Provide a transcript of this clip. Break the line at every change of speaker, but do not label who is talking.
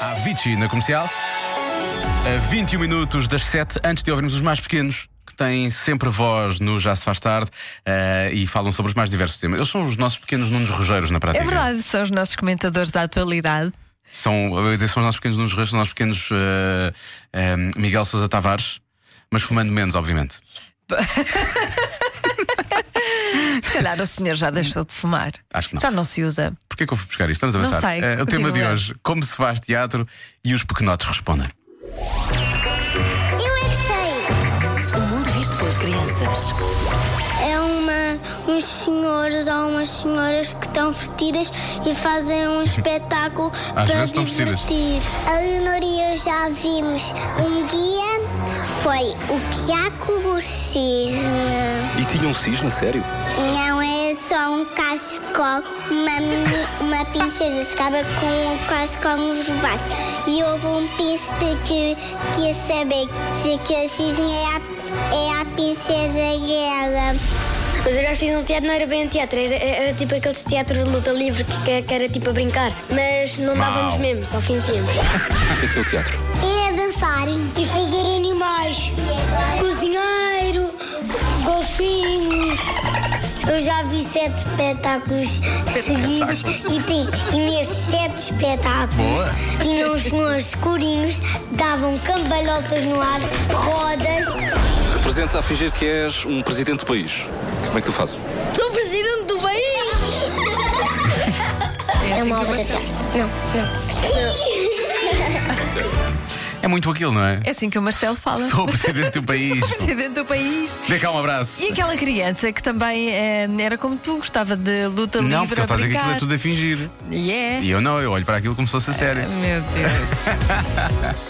Avicii na comercial. A 21 minutos das 7, antes de ouvirmos os mais pequenos, que têm sempre voz no Já Se Faz Tarde eh, e falam sobre os mais diversos temas. Eles são os nossos pequenos Nunos Rogeiros, na prática.
É verdade, são os nossos comentadores da atualidade.
São, eu ia dizer, são os nossos pequenos Nunos Rogeiros, são os nossos pequenos eh, eh, Miguel Sousa Tavares, mas fumando menos, obviamente.
Se calhar o senhor já deixou de fumar.
Acho que não.
Já não se usa.
Porquê que eu fui buscar isto? Vamos avançar.
sei,
Eh, o tema
continua.
de hoje, como se faz teatro e os pequenotes respondem.
Eu é que sei.
O mundo visto pelas crianças.
É uma, uns senhores ou umas senhoras que estão vestidas e fazem um espetáculo
Às
para
vezes estão vestidas.
divertir. A Leonor e eu já vimos um guia. Foi o Quiaco do Cisne.
E tinha um cisne, sério?
Não é só um cascol, uma, meni- uma princesa se acaba com um cascol nos braços. E houve um príncipe que quis saber se aquele cisne é a, é a princesa dela.
Mas eu já fiz um teatro, não era bem um teatro, era, era tipo aqueles teatros de luta livre que, que- que era tipo a brincar. Mas não dávamos
Mau.
mesmo, só fingíamos.
O que é que é o teatro?
É dançar e fazer animais. Cozinheiro, golfinhos. Eu já vi sete espetáculos seguidos e, ti- e nesses sete espetáculos
Boa.
tinham uns senhores escurinhos, davam cambalhotas no ar, rodas.
Representa a fingir que és um presidente do país. Como é que tu fazes?
Sou presidente do país!
assim
É uma obra de arte. Não, não.
É muito aquilo, não é?
É assim que o Marcelo fala.
Sou o presidente do país.
Sou presidente do país.
Dê cá um abraço.
E aquela criança que também eh, era como tu, gostava de luta
Não, porque ele
livre a
está a dizer que aquilo
brincar.
é tudo a fingir.
E é.
E eu não, eu olho para aquilo como se fosse a sério.
Meu Deus.